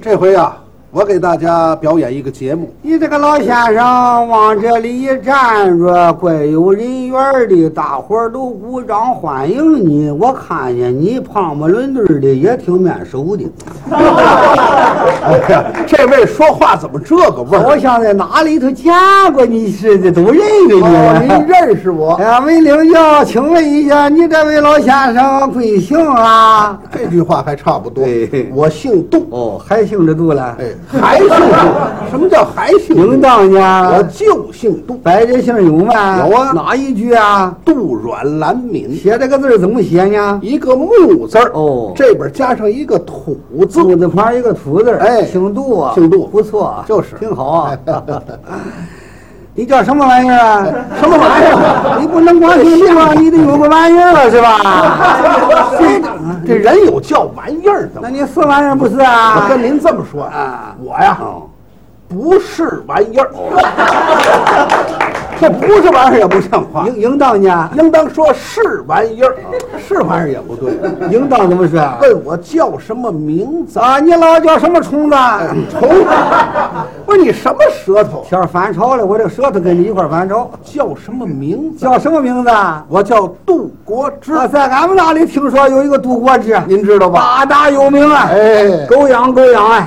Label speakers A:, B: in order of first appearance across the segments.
A: 这回啊，我给大家表演一个节 目。
B: 你这个老先生往这里一站着，怪有林园的，大伙儿都鼓掌欢迎你。我看见你胖不伦墩儿的，也挺面熟的。
A: 哎呀，这位说话怎么这个味儿？
B: 我想在哪里头见过你似的，都认得
A: 哦
B: 你。
A: 您认识我？
B: 哎呀，梅领教，请问一下，你这位老先生贵姓啊？
A: 这句话还差不多
B: 哎。
A: 我姓杜，
B: 哦，还姓这杜了？
A: 哎，还姓杜？什么叫还姓
B: 应
A: 杜？
B: 当
A: 我
B: 呢。
A: 就姓杜，
B: 白这姓有吗？
A: 有啊嗯
B: 哪一句啊？
A: 杜阮兰敏，
B: 写这个字儿怎么写呢？
A: 一个木字儿，
B: 哦
A: 这边加上一个土字，
B: 土字旁一个土字儿，
A: 哎
B: 姓杜啊，
A: 姓杜
B: 不错啊，
A: 就是哎
B: 挺好啊。 你叫什么玩意儿啊？
A: 什么玩意儿？
B: 你不能光姓杜啊，你得有个玩意儿了 是吧？谁整？
A: 这人有叫玩意儿的吗
B: 那。你是玩意儿不是啊？
A: 我跟您这么说
B: 啊
A: 我呀
B: 哦，
A: 不是玩意儿， 这不是玩意儿也不像话，
B: 应应当呢，
A: 应当说是玩意儿，是玩意儿也不对。
B: 应当怎么说啊？
A: 问我叫什么名字？
B: 啊，你老叫什么虫子？啊
A: 头，不是你什么舌头？
B: 天儿翻潮了，我这舌头跟你一块儿翻潮。
A: 叫什么名字？
B: 叫什么名字？啊？
A: 我叫杜国之，
B: 啊，在俺们那里听说有一个杜国志，
A: 您知道吧？
B: 大啊大有名啊！
A: 哎
B: 狗养狗养啊！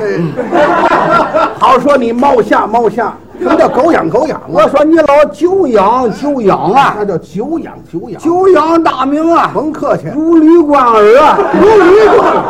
A: 好说你猫下猫下，什么叫狗养狗养啊？
B: 我说你老久仰久仰啊
A: 那，叫久仰久仰，
B: 久仰大名啊，
A: 甭客气，
B: 如履贯耳啊，如履贯耳，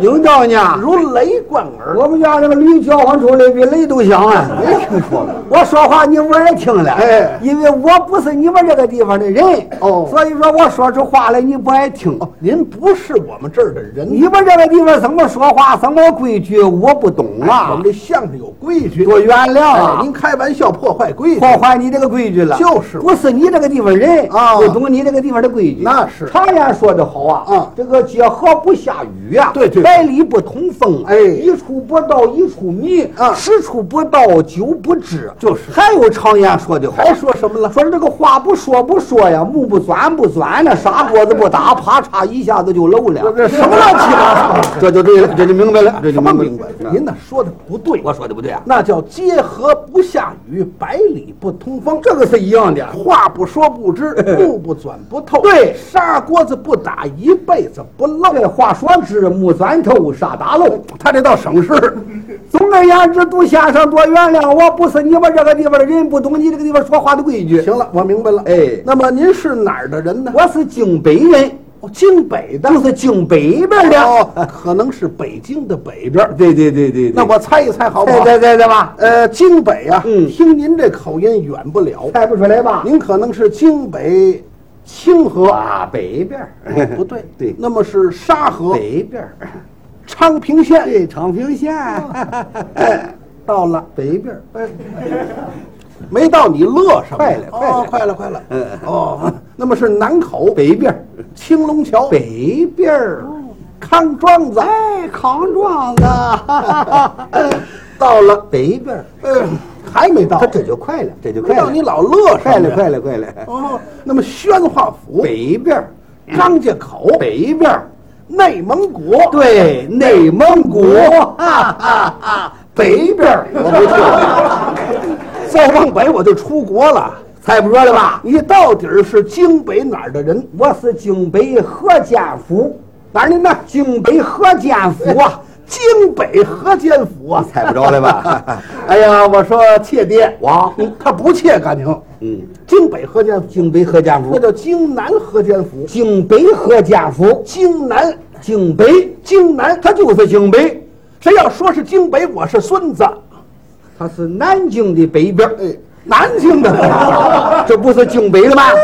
B: 应当呢。
A: 如雷贯耳。
B: 啊我们家那个驴叫唤出来比雷都响啊！
A: 没听说过。
B: 我说话你闻儿听了，
A: 哎
B: 因为我不是你们这个地方的人，
A: 哦
B: 所以说我说出话来你不爱听。
A: 您不是我们这儿的人，
B: 你们这个地方怎么说话，什么规矩，我不懂
A: 我
B: 啊
A: 们，这相声有规矩。
B: 多原谅
A: 哎，
B: 啊！
A: 您开玩笑破坏规矩，
B: 破坏你这个规矩了，
A: 就是
B: 不是你这个地方人
A: 啊
B: 不懂你这个地方的规矩，
A: 那是
B: 常言说得好啊，
A: 嗯
B: 这个结合不下雨呀、
A: 对对
B: 百里不通风，
A: 哎
B: 一处不到一处迷，
A: 嗯
B: 十处不到九不知，
A: 就是
B: 还有常言说得好，
A: 还说什么了？
B: 说这个话不说不说呀，木不钻不钻呢，砂锅子不打，啪嚓一下子就漏了，
A: 这什么乱七八糟？
B: 这就对了，这就明白了，这
A: 什
B: 就
A: 么
B: 明白
A: 明白
B: 了。？
A: 您那说的不对，
B: 嗯我说的不对啊，
A: 那叫街河不下雨，百里不通风。
B: 这个是一样的。
A: 话不说不知，目不转不透。
B: 嗯对
A: 砂锅子不打一辈子不漏。
B: 这话说直，木钻头，沙打漏。
A: 他这倒省事。
B: 嗯总而言之，杜先生多原谅我，不是你们这个地方的人，不懂你这个地方说话的规矩。
A: 行了，我明白了。
B: 哎
A: 那么您是哪儿的人呢？
B: 我是京北人，
A: 我京北的。
B: 就是京北边的。
A: 哦，可能是北京的北边儿。
B: 对对对对
A: 那我猜一猜好不
B: 猜
A: 好？
B: 猜猜猜吧，
A: 呃，京北啊，
B: 嗯
A: 听您这口音远不了，
B: 猜不出来吧？
A: 您可能是京北清河，
B: 啊，北边
A: 哦
B: 儿，
A: 不对
B: ，对
A: 那么是沙河、
B: 北边儿，
A: 昌平县，
B: 对，昌平县，哦
A: 到了，哎
B: 北边儿。
A: 没到你乐什么？
B: 快了快了嗯
A: 哦快了，快了，哦，那么是南口
B: 北边儿，
A: 青龙桥、
B: 北边儿，
A: 康庄子，
B: 哎，康庄子，
A: 到了，
B: 北边儿，
A: 呃，还没到，
B: 他这就快了，这就
A: 没
B: 快
A: 到
B: 了，
A: 你老乐
B: 快
A: 什么
B: 了，
A: 呀？
B: 快了，快了。
A: 哦，那么宣化府、
B: 北边儿，嗯
A: 张家口、
B: 北边儿。
A: 内蒙古，
B: 对，内蒙古，哈哈 哈，北边儿我不去，
A: 再往北我就出国 了。
B: 猜不着了吧？
A: 你到底儿是京北哪儿的 人？
B: 我是京北河间府，哪儿的呢？京北河间府啊，
A: 京北河间府啊！
B: 猜不着了吧？
A: 哎呀，我说妾爹，
B: 我，
A: 嗯他不妾感情。
B: 嗯，
A: 京北河间府，
B: 京北河间
A: 那
B: 府，
A: 叫京南河间府，
B: 京北河间府，
A: 京南，
B: 京北，
A: 京南。
B: 它就是京北，
A: 谁要说是京北，我是孙子。
B: 它是南京的北边儿，
A: 哎，南京的，
B: 这不是京北了吗？嗯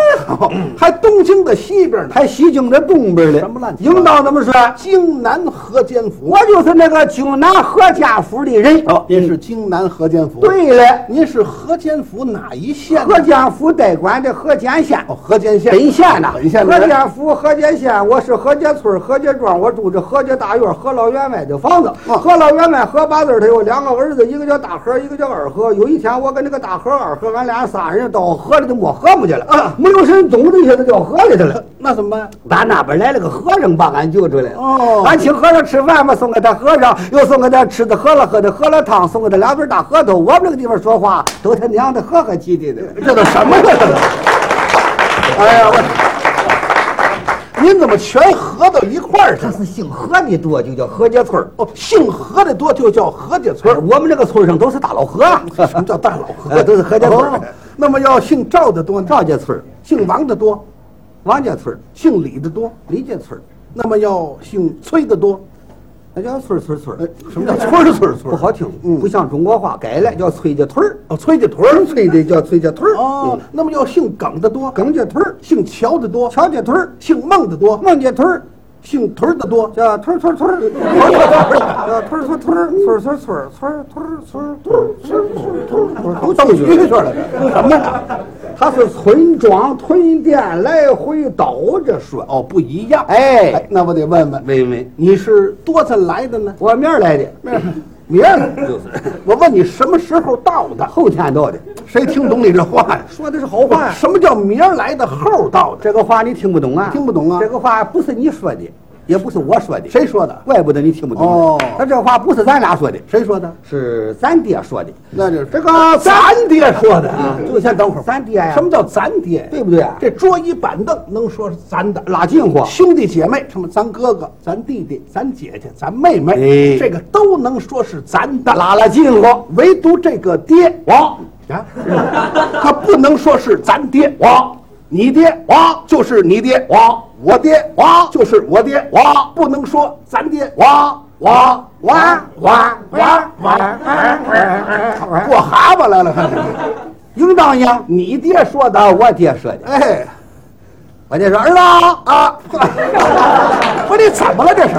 A: 还东京的西边呢。
B: 还西京的东边儿了，
A: 什么乱七八糟
B: 应当怎么说？
A: 京南河间府，
B: 我就是那个京南河间府的人。
A: 您是京南河间府。，
B: 哦嗯对了。
A: 您是河间府哪一县呢？
B: 河间府代管的河间县，
A: 哦，河间县。
B: 本县呐。
A: 本县的
B: 河
A: 人
B: 间府、河间县，我是河家村、河家庄，我住着河家大院、河老员外的房子。
A: 哦
B: 河老员外河八字儿，他有两个儿子，一个叫大河，一个叫二河。有一天，我跟那个大河、二河，俺俩仨人到河里头摸河姆去了。
A: 啊
B: 没有人懂这些，他叫河河里头了。
A: 那怎么办？
B: 打那边来了个和尚，把俺救出来了。
A: 哦
B: 俺请和尚吃饭嘛，送给他和尚，又送给他吃的喝了喝的喝了汤，送给他两瓶大核桃。我们这个地方说话，都他娘的和和气气的。
A: 这都什么呀？这都！哎呀，我，您怎么全合到一块儿去
B: 他
A: 了？
B: 是姓何的多，就叫何家村儿。
A: 哦，姓何的多就叫何家村
B: 村
A: 儿
B: 儿，我们这个村上都是大老何，啊
A: 什么叫大老何？
B: 呃都是何家村儿
A: 哦那么要姓赵的多呢？
B: 赵家村儿、
A: 姓王的多，
B: 王家村儿、
A: 姓李的多。
B: 李家村儿，
A: 那么要姓崔的多。
B: 那叫村儿村儿村
A: 哎
B: 儿，，
A: 什么叫村儿村儿嗯村
B: 嗯不
A: 儿？
B: 好听，不像中国话，改了叫崔家屯儿，
A: 哦，崔家屯
B: 纯
A: 儿。
B: 粹的叫崔家屯儿。嗯
A: 哦，那么要姓耿的多，
B: 耿家屯儿、
A: 姓乔的多，
B: 乔家屯儿、
A: 姓孟的多，
B: 孟家屯儿。
A: 姓屯儿嗯的多。
B: 叫屯儿屯儿屯儿，屯儿屯儿屯儿屯儿屯儿屯儿屯儿屯儿屯儿屯儿屯儿屯儿
A: 都
B: 都到
A: 去
B: 去
A: 了
B: 了，，
A: 什么呀？
B: 他是村庄屯店来回倒着说。
A: 哦，不一样。
B: 哎，
A: 那我得问问，
B: 喂喂，
A: 你是多才来的呢？
B: 我明儿来的，
A: 明儿就是， 我问你什么时候到的？
B: 后天到的，
A: 谁听懂你这话呀？
B: 说的是好话呀。
A: 什么叫明儿来的后到的？
B: 这个话你听不懂啊？
A: 听不懂啊
B: 这个话不是你说的，也不是我说的，
A: 谁说的？
B: 怪不得你听不懂。
A: 哦
B: 他这话不是咱俩说的，
A: 谁说的？
B: 是咱爹说的。
A: 那就是
B: 这个
A: 咱爹说的
B: 啊
A: 就先等会儿。
B: 咱爹呀
A: 什么叫咱爹？
B: 对不对啊
A: 这桌椅板凳能说是咱的，
B: 拉近乎，
A: 兄弟姐妹，什么咱哥哥、咱弟弟、咱姐姐、咱妹妹，
B: 哎
A: 这个都能说是咱的，
B: 拉拉近乎，
A: 唯独这个爹
B: 我
A: 啊，他不能说是咱爹，
B: 我
A: 你爹
B: 我
A: 就是你爹，
B: 我
A: 我爹
B: 我
A: 就是我爹，
B: 我
A: 不能说咱爹，
B: 我我我我我
A: 过蛤蟆来了。
B: 应当呀，
A: 你爹说的，
B: 啊，我爹说的，
A: 哎，
B: 我爹说儿子啊，
A: 啊，不是你怎么了这是？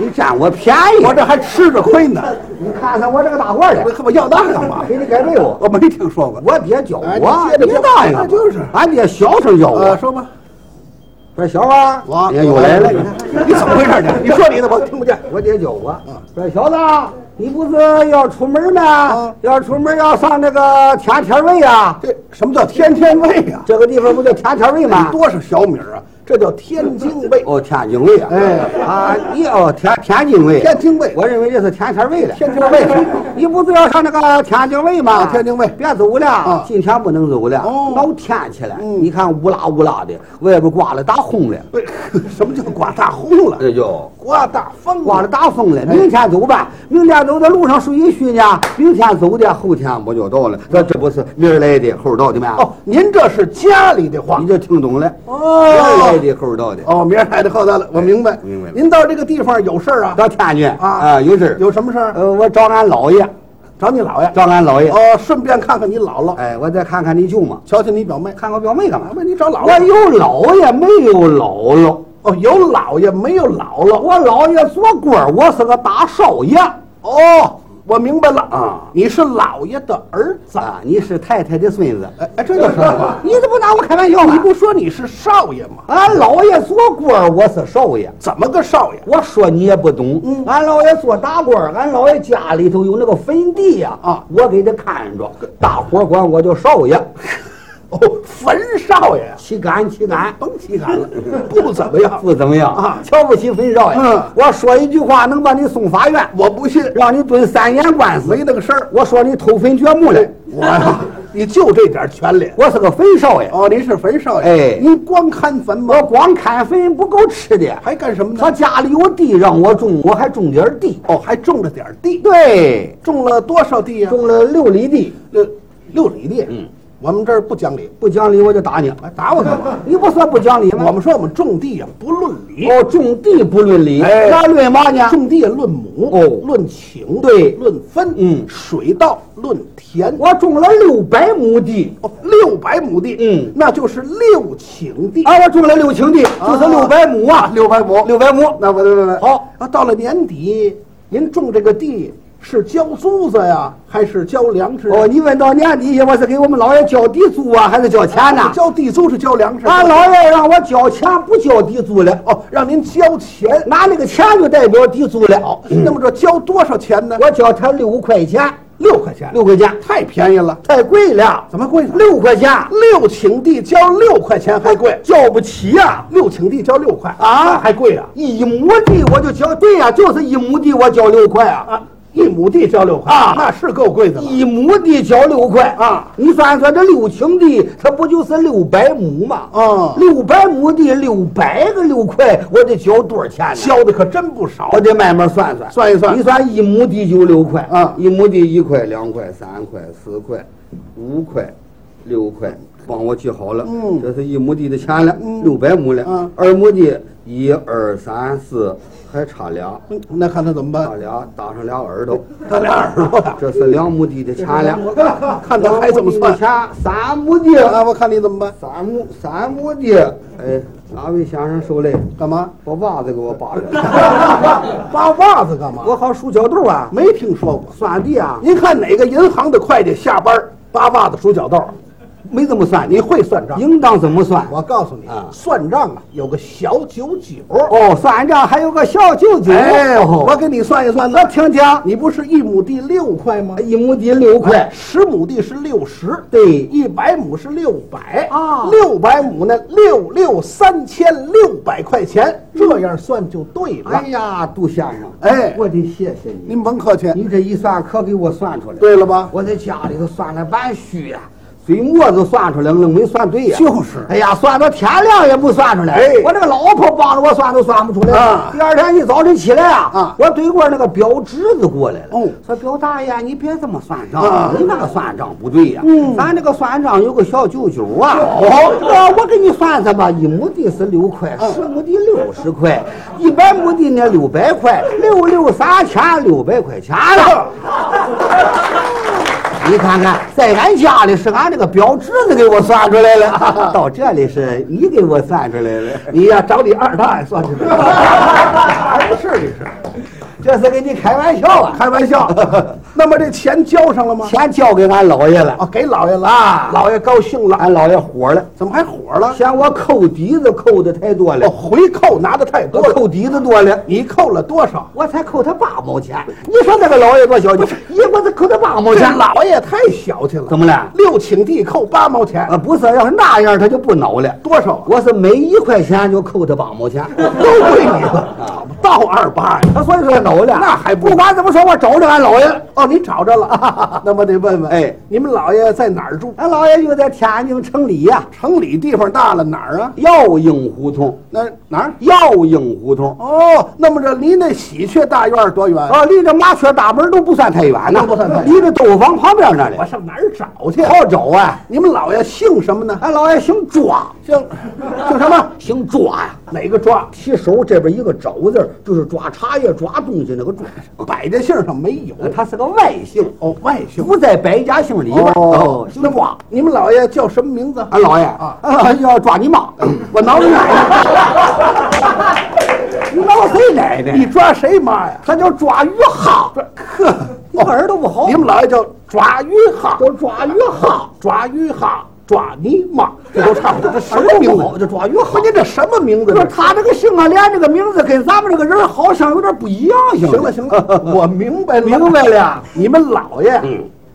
B: 你占我便宜，
A: 我这还吃着亏呢，
B: 你看看我这个大腕儿
A: 我
B: 的，
A: 我要那干嘛？
B: 给你改被窝，
A: 我没听说过。
B: 我爹教
A: 哎
B: 我，
A: 你接着
B: 你
A: 说
B: 当
A: 那
B: 然
A: 就是
B: 俺爹小声教
A: 呃，
B: 我，
A: 说吧，
B: 说小娃，
A: 我
B: 爹哎又来了，你看
A: 你怎么回事呢？你说你的，我听不见。
B: 我爹教我，说小子，你不是要出门
A: 啊
B: 吗？要出门要上那个天天卫啊，
A: 这什么叫天天喂呀？
B: 这个地方不叫天天卫吗？
A: 多少小米儿啊？这叫天津卫，
B: 哦，天津卫啊！
A: 哎
B: 啊，你哦，天天津卫，
A: 天津卫
B: 我认为这是天天卫的。
A: 天津卫
B: 你不是要上那个天津卫吗？
A: 啊天津卫
B: 别走
A: 啊
B: 了，今天不能走了
A: 哦，
B: 老天起来，
A: 嗯
B: 你看乌拉乌拉的，外边刮了大风了，
A: 喂， 什么叫刮大轰了？
B: 这就
A: 刮大风
B: 刮了大风了。明天走吧，明天走的路上谁去呢？明天走的，后天不就到了？这这不是明儿来的，后儿到的吗？
A: 哦，您这是家里的话
B: 你。就听懂了，明儿
A: 哦，
B: 来的，后儿到的。
A: 哦，明儿来的后头了，我明白，
B: 明白了
A: 您到这个地方有事儿啊？
B: 到天津
A: 啊
B: 啊，有事儿
A: 有什么事儿？
B: 呃，我找俺老爷，
A: 找你姥爷。
B: 找俺老爷。
A: 哦，顺便看看你姥姥，
B: 哎，我再看看你舅妈，
A: 瞧瞧你表妹。
B: 看我表妹干嘛
A: 啊？问你找姥
B: 我
A: 姥。
B: 有姥爷没有姥姥？
A: 哦，有姥爷没有姥姥。
B: 我姥爷做官，我是个大少爷
A: 哦，我明白了
B: 啊
A: 你是姥爷的儿子。
B: 啊！你是太太的孙子，
A: 哎哎，这叫什么？
B: 你怎么拿我开玩笑
A: 你
B: 呢？
A: 不说你是少爷吗？
B: 俺姥爷做官，我是少爷。
A: 怎么个少爷？
B: 我说你也不懂，
A: 嗯
B: 俺姥爷做大官，俺姥爷家里头有那个坟地呀、
A: 啊
B: 我给他看着，大伙儿管我叫少爷，
A: 哦，坟少爷，啊
B: 岂敢岂敢。
A: 甭提俺了，不怎么样。
B: 不怎么样
A: 啊
B: 瞧不起坟少爷。
A: 嗯
B: 我说一句话能把你送法院，
A: 我不信，
B: 让你蹲三年官司。
A: 没那个事儿。
B: 我说你偷坟掘墓了，
A: 我呀，你就这点权利。
B: 我是个坟少爷，
A: 哦，您是坟少爷，
B: 哎
A: 您光看坟吗
B: 我？光看坟不够吃的，
A: 还干什么呢？
B: 他家里有地让我种，我还种点儿地。
A: 哦，还种了点地，
B: 对，
A: 种了多少地呀？
B: 种了六里地，
A: 六六里地。
B: 嗯，
A: 我们这儿不讲理，
B: 不讲理我就打你。
A: 来打我干 嘛？
B: 你不说不讲理吗？
A: 我们说我们种地呀，不论理。
B: 哦，种地不论理，
A: 哎
B: 那论嘛呢？
A: 种地论亩，
B: 哦
A: 论顷，
B: 对
A: 论分，
B: 嗯
A: 水稻论田，
B: 我种了六百亩地，
A: 哦，六百亩地，
B: 嗯
A: 那就是六顷地，
B: 啊，我种了六顷地，就是六百亩啊，
A: 六百亩。
B: 六百亩。
A: 那不不不，
B: 好
A: 啊，到了年底，您种这个地是交租子呀，还是交粮食？
B: 哦，，你问到年底去，我是给我们老爷交地租啊，还是交钱呢？
A: 交地租是交粮食。
B: 俺老爷让我交钱，不交地租了。
A: 哦，让您交钱。
B: 拿那个钱就代表地租了。
A: 那么这交多少钱呢？
B: 我交他六块钱，
A: 六块钱，
B: 嗯六块钱，
A: 太便宜了，太贵了。
B: 怎么贵呢？
A: 六块钱，六顷地交六块钱还贵，交不起呀、六顷地交六块
B: 啊
A: 还贵呀、
B: 一亩地我就交，对呀、就是一亩地我交六块
A: 啊！
B: 啊，
A: 一亩地交六块
B: 啊
A: 那是够贵的了。
B: 一亩地交六块
A: 啊
B: 你算算这六顷地，它不就是六百亩吗？
A: 嗯
B: 六百亩地六百个六块，我得交多少钱呢？
A: 交的可真不少
B: 我得慢慢算算，
A: 算一算
B: 你算一亩地就六块
A: 啊
B: 一亩地一块、两块、三块、四块、五块、六块，帮我记好了。
A: 嗯
B: 这是一亩地的钱了，
A: 嗯
B: 六百亩了。
A: 嗯
B: 二亩地一二三四，还差俩，
A: 嗯那看他怎么
B: 差
A: 办？
B: 俩搭上俩耳朵，
A: 他俩耳朵呀，
B: 这是两亩地的钱了。
A: 看看他还怎么算？
B: 钱三亩地，
A: 啊，我看你怎么办？
B: 三亩三亩地。哎，哪位先生受累，
A: 干嘛？
B: 把袜子给我扒了，
A: 扒啊袜子干嘛？
B: 我好数脚豆啊，
A: 没听说过。
B: 算地啊。
A: 您看哪个银行的会计下班儿扒袜子数脚豆儿？
B: 没这么算，
A: 你
B: 你
A: 会算账？
B: 应当怎么算？
A: 我告诉你
B: 啊
A: 算账啊，有个小九九。
B: 哦，算账还有个小舅哦子。
A: 哎呦，我
B: 我
A: 给你算一算呢
B: 我。听听，
A: 你不是一亩地六块吗？
B: 一亩地六块，
A: 十亩地是六十，
B: 对，
A: 一百亩是六百
B: 啊
A: 六百亩呢，六六三千六百块钱，这样算就对了。
B: 哎呀，杜先生，
A: 哎
B: 我得谢谢你，
A: 您甭客气，
B: 你这一算可给我算出来了。
A: 对了吧？
B: 我在家里头算了半宿呀，嘴沫子算出来愣愣没算对呀。
A: 就是
B: 哎呀，算到天亮也不算出来。
A: 哎
B: 我这个老婆帮着我算都算不出来。
A: 啊
B: 第二天一早晨起来啊，
A: 啊
B: 我对过那个表侄子过来了。
A: 哦
B: 说表大爷，你别这么算账，
A: 啊
B: 你那个算账不对呀。
A: 嗯
B: 咱这个算账有个小九九啊。
A: 哦嗯
B: 我我给你算算吧，一亩地是六块，十亩地六十块，一百亩地呢六百块，六六三千六百块钱了。
A: 嗯
B: 你看看，在俺家里是俺这个表侄子给我算出 来了，到这里是你给我算出来了。
A: 你呀，找你二大爷算去吧。不是，你是
B: 这是跟你开玩笑啊！
A: 开玩 笑。那么这钱交上了吗？
B: 钱交给俺老爷了，
A: 啊，给老爷啦。
B: 老爷高兴了，俺老爷火了，
A: 怎么还火了？
B: 嫌我扣底子扣的太多
A: 哦，
B: 了，
A: 回扣拿的太多
B: 我
A: 了，
B: 扣底子多了。
A: 你扣了多少？
B: 我才扣他八毛钱，你说那个老爷多小气，一棍子扣他八毛钱
A: 这，老爷太小气了。
B: 怎么了？
A: 六顷地扣八毛钱，
B: 啊，不是，要是那样他就不恼了。
A: 多少啊？
B: 我是每一块钱就扣他八毛 钱，啊
A: 都归你了，找不到二八呀。
B: 他所以说恼了。
A: 那还不
B: 不管怎么说，我找着俺老爷了。
A: 哦，你找着 了，那么得问问，
B: 哎，
A: 你们老爷在哪儿住？
B: 俺老爷就在天津城里呀、
A: 城里地方大了哪儿啊？
B: 耀英胡同，
A: 那哪儿？
B: 耀英胡同，
A: 哦，那么这离那喜鹊大院儿多远？
B: 啊，离这麻雀大门都不算太远呢，
A: 都不算太远
B: 离着豆房旁边那里
A: 我，上哪儿找去？
B: 好找啊。
A: 你们老爷姓什么呢？
B: 俺哎老爷姓抓，
A: 姓姓什么？
B: 姓抓呀、
A: 哪个庄？
B: 提手这边一个爪字儿，就是抓茶叶、抓东西那个抓。
A: 摆这姓上没有？
B: 呃他是个外姓，
A: 哦，外姓。
B: 不在百家姓里边儿。
A: 哦，
B: 姓抓。
A: 你们老爷叫什么名字？
B: 俺老爷
A: 啊
B: 要抓你妈，我挠你奶奶， 你挠谁奶
A: 你
B: 奶？
A: 抓谁妈呀？
B: 他叫抓鱼哈，呵，你耳朵不好
A: 你们老爷叫抓鱼哈，
B: 我抓鱼哈，
A: 抓鱼哈，抓你妈，这都差不多。这什么名
B: 不
A: 字
B: 好？？就抓鱼
A: 不，。
B: 哈
A: 您这什么名字
B: 不
A: 呢
B: 是？他这个姓啊，连这个名字跟咱们这个人好像有点不一样，行
A: 行了行了，我明白了，
B: 明白了。
A: 你们老爷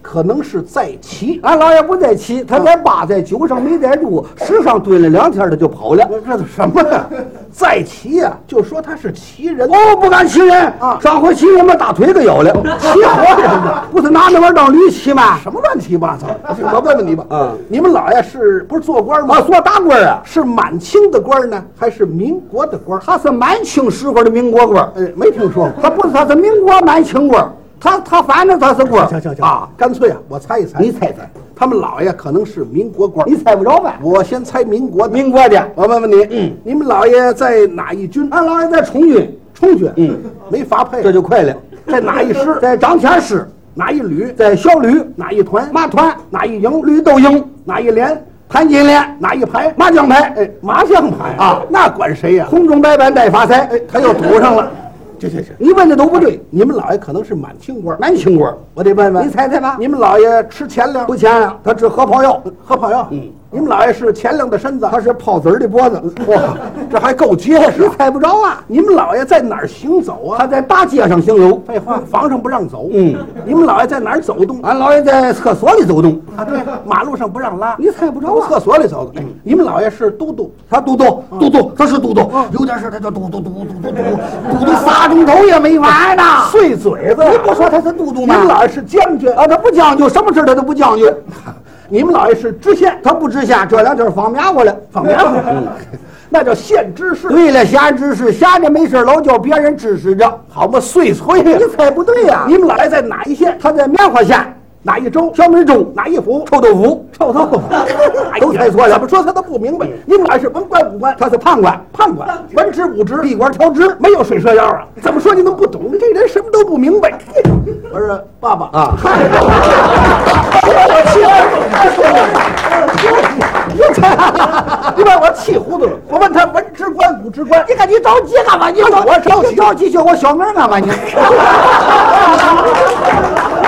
A: 可能是在骑，
B: 俺老爷不在七，他在八，在九上没在住，十上蹲了两天，他就跑了。
A: 这这都什么呀？在骑呀，就说他是骑人。
B: 我哦不敢骑人
A: 啊
B: 上回骑人把大腿给咬 了，骑活人的，不是拿那玩意儿当驴骑吗？
A: 什么乱七八糟的？我问问你吧，
B: 嗯
A: 你们老爷是不是做官吗
B: 我？做大官儿啊，
A: 是满清的官呢，还是民国的官？
B: 他是满清时候的民国官儿，
A: 呃，没听说过。
B: 他不是他是民国满清官儿，他他反正他是官儿
A: 行行行
B: 啊，，
A: 干脆啊，我猜一猜，
B: 你猜猜，
A: 他们老爷可能是民国官。
B: 你猜不着呗？
A: 我先猜民国的。
B: 民国的，
A: 我问问你，嗯，你们老爷在哪一军？
B: 俺老爷在崇运，
A: 充军，
B: 嗯，
A: 没法配，
B: 这就快了，
A: 在哪一师，
B: 在张天师，
A: 哪一旅，
B: 在小吕
A: 哪一团，
B: 麻团
A: 哪一营，
B: 吕豆英
A: 哪一连，
B: 潘金莲
A: 哪一排，
B: 麻将牌，
A: 哎，麻将牌
B: 啊
A: 那管谁呀？
B: 红中白板带发财，
A: 哎，他又堵上 了，这这这，
B: 你问的都不对，
A: 你们老爷可能是满清官，
B: 满清官儿，
A: 我得问问
B: 你猜猜吧
A: 你们老爷吃钱粮
B: 啊不钱啊，他只喝泡药，
A: 喝泡药，
B: 嗯，
A: 你们俩也是钱粮的身子，
B: 他是泡子儿的脖子，
A: 哇，这还够结
B: 你
A: 实。
B: 猜不着啊！
A: 你们老爷在哪儿行走
B: 他
A: 啊？
B: 在大街上行走，
A: 废话，房上不让走。
B: 嗯，
A: 你们老爷在哪儿走动
B: 俺老爷在厕所里走动，
A: 啊？对，马路上不让拉，
B: 嗯你猜不着
A: 到
B: 啊！
A: 厕所里走的。哎，你们老爷是都督，
B: 他嘟嘟
A: 嗯
B: 嘟嘟，他是嘟嘟，哦有点事儿他就嘟嘟嘟嘟嘟嘟嘟嘟仨钟头也没完呢。
A: 啊碎嘴子。
B: 你不说他是嘟嘟
A: 你
B: 吗？
A: 们老爷是将军，
B: 啊，他不讲究，什么事儿他都不讲 究，
A: 你们老爷是知县，
B: 他不知下，这两天放啊嗯棉花了。
A: 放羊，那叫县知事，
B: 对了，闲知识，闲着没事儿老叫别人指使着，
A: 好嘛，碎催呀
B: 你！猜不对呀、
A: 你们老爷在哪一县？
B: 他在棉花县，
A: 哪一州？
B: 小米粥，
A: 哪一府？
B: 臭豆腐，
A: 臭豆腐，
B: 都猜错了
A: 怎么说他都不明白。你们俩是文官武官，
B: 他是判官，
A: 判官，文职武职，
B: 地官调职。
A: 没有水蛇腰啊！怎么说你都不懂？这人什么都不明白。我说爸爸
B: 啊
A: 嗨我气了， 你把我气糊涂了。我问他文职官、武职官，啊
B: 你看你着急干嘛？你着
A: 我着急
B: 你着急叫我小名儿干 嘛？你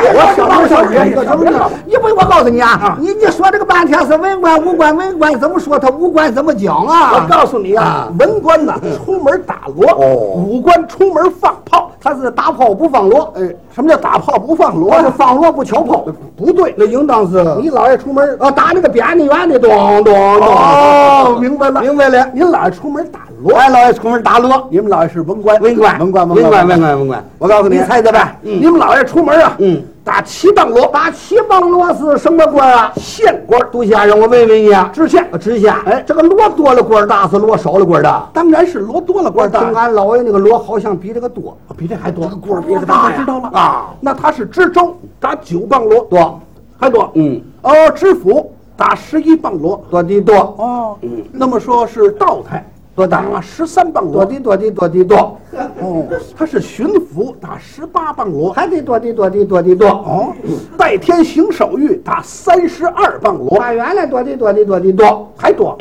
A: 我小名儿小名儿
B: 你小名儿你不，我告诉你啊，你你说这个半天是文官武官文官，怎么说他武官怎么讲
A: 我
B: 啊？嗯哦
A: 告诉你啊，文官呐出门打锣，武官出门放炮。
B: 他是打炮不放锣，
A: 哎，什么叫打炮不放锣
B: 我是
A: 呀？
B: 放锣不敲炮，
A: 不对，
B: 那应当是
A: 你老爷出门
B: 啊，打那个扁的圆的，咚咚咚。
A: 哦，明白了，
B: 明白了。哎
A: 您老爷出门打锣，
B: 俺老爷出门打锣，
A: 你们老爷是文官，
B: 文官，
A: 文官，
B: 文
A: 官，
B: 文官，文官。
A: 我告诉你，啊
B: 你猜的呗嗯
A: 你们老爷出门啊，
B: 嗯，
A: 打七磅锣，
B: 打七磅锣是什么官啊？
A: 县官
B: 杜先生，我问问你啊，
A: 知县，
B: 知县，哎，这个锣多了官大，是锣少了官大？
A: 当然是锣多了官
B: 听
A: 大，
B: 俺老爷那个锣好像比这个多，
A: 比这还多，这个
B: 官儿比这个大呀
A: 知道了
B: 啊？
A: 那他是知州打九磅锣，
B: 多
A: 还多，
B: 嗯，
A: 哦，知府打十一磅锣，
B: 多的多，
A: 哦，那么说是道台
B: 嗯多大
A: 打十三磅
B: 多
A: 锣，
B: 的多的多的多，
A: 哦，他是巡抚打十八磅锣，
B: 还得多的多的多的多。
A: 哦，代天行手谕打三十二磅锣，
B: 打远了多的多的多的多，
A: 还多。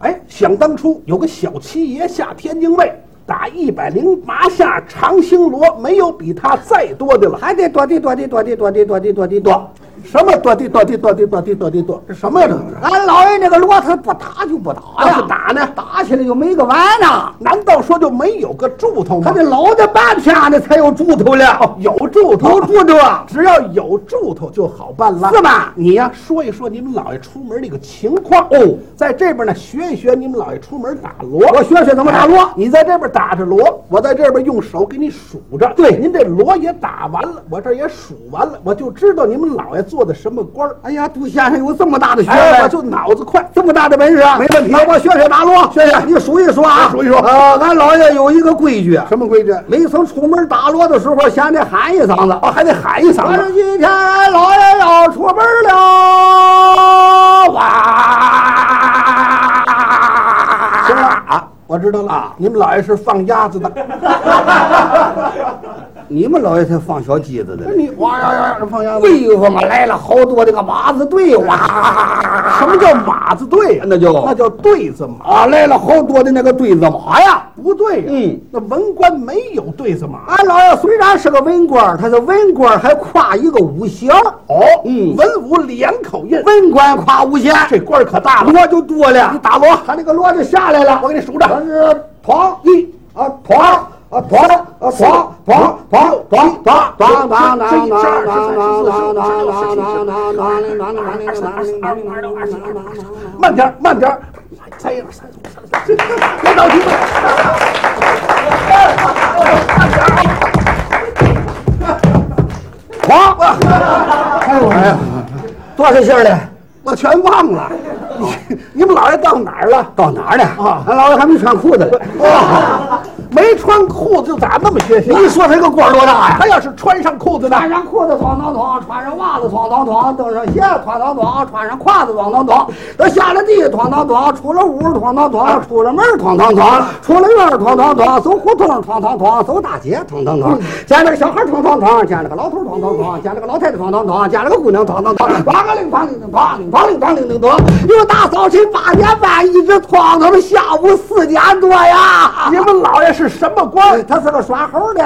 A: 哎，想当初有个小七爷下天津卫，打一百零麻下长兴锣，没有比他再多的了。
B: 还得多的多的多的多的多的多的多。
A: 什么多的多的多的多的多的多，这什么呀？这个是？
B: 俺老爷那个锣，他不打就不打
A: 要
B: 呀，
A: 是啊打呢，
B: 打起来就没个完呐。
A: 难道说就没有个柱头
B: 他
A: 吗
B: 得？老的半天呢，才有猪头了，
A: 有柱头，
B: 有猪头啊，
A: 只要有柱头就好办了，
B: 是吧
A: 你呀，说一说你们老爷出门那个情况
B: 哦，
A: 在这边呢学一学你们老爷出门打锣。
B: 我学学怎么打锣
A: 哎你在这边打着锣，我在这边用手给你数着。
B: 对
A: 您这锣也打完了，我这儿也数完了，我就知道你们老爷做的什么官儿。
B: 哎呀，杜先生有这么大的学
A: 哎，我
B: 问，
A: 就脑子快。
B: 这么大的本事啊，
A: 没问题
B: 那我学学打锣，
A: 学学
B: 你数一数啊，
A: 我数一数
B: 呃，俺老爷有一个规矩，
A: 什么规矩？
B: 每次出门打锣的时候，先得喊一嗓子。
A: 哦，还得喊一嗓
B: 我
A: 子
B: 说。今天俺老爷要出门了，哇！
A: 行了啊，我知道了啊，你们老爷是放鸭子 的。
B: 你们老爷才放小鸡子的呢，
A: 你哇呀呀呀，放鸭子。
B: 威风啊！来了好多这个马子队，哇！
A: 什么叫马子队呀、
B: 那叫
A: 那叫对子马。
B: 啊，来了好多的那个对子马呀！
A: 不对呀、
B: 嗯
A: 那文官没有对子马
B: 俺老爷虽然是个文官，他是文官还跨一个五弦，
A: 哦，
B: 嗯
A: 文武两口音，
B: 文官跨五弦，
A: 这官儿可大了。
B: 锣就多了
A: 你。打锣，
B: 他那个锣就下来了，
A: 我给你数着，
B: 我是哐一啊哐啊哐啊哐哐哐哐哐哐当当当当当当当当当
A: 慢点儿，慢点儿，三一二三四五三六七别着急。
B: 哎呦哎呀，多少信儿了？
A: 我全忘了，你你们老爷到哪儿了？
B: 到哪儿了？啊，俺老爷还没穿裤子呢。
A: 哇，没穿裤子咋那么些
B: 你
A: 心？
B: 说他这个官儿多大呀？
A: 他要是穿上裤子呢？
B: 穿上裤子咣当咣，穿上袜子咣当咣，蹬上鞋咣当咣，穿上胯子咣当咣，他下了地咣当咣，出了屋咣当咣，出了门咣当咣，出了院咣当咣，走胡同咣当咣，走大街咣当咣，见了个小孩咣当咣，见了个老头咣当咣，见了个老太太咣当咣，见了个姑娘咣当咣，咣个铃咣铃咣铃咣铃咣铃铃咣，又大早晨八点半一直咣到了下午四点多呀
A: 你。们老爷是 什么官？
B: 他是个耍猴的。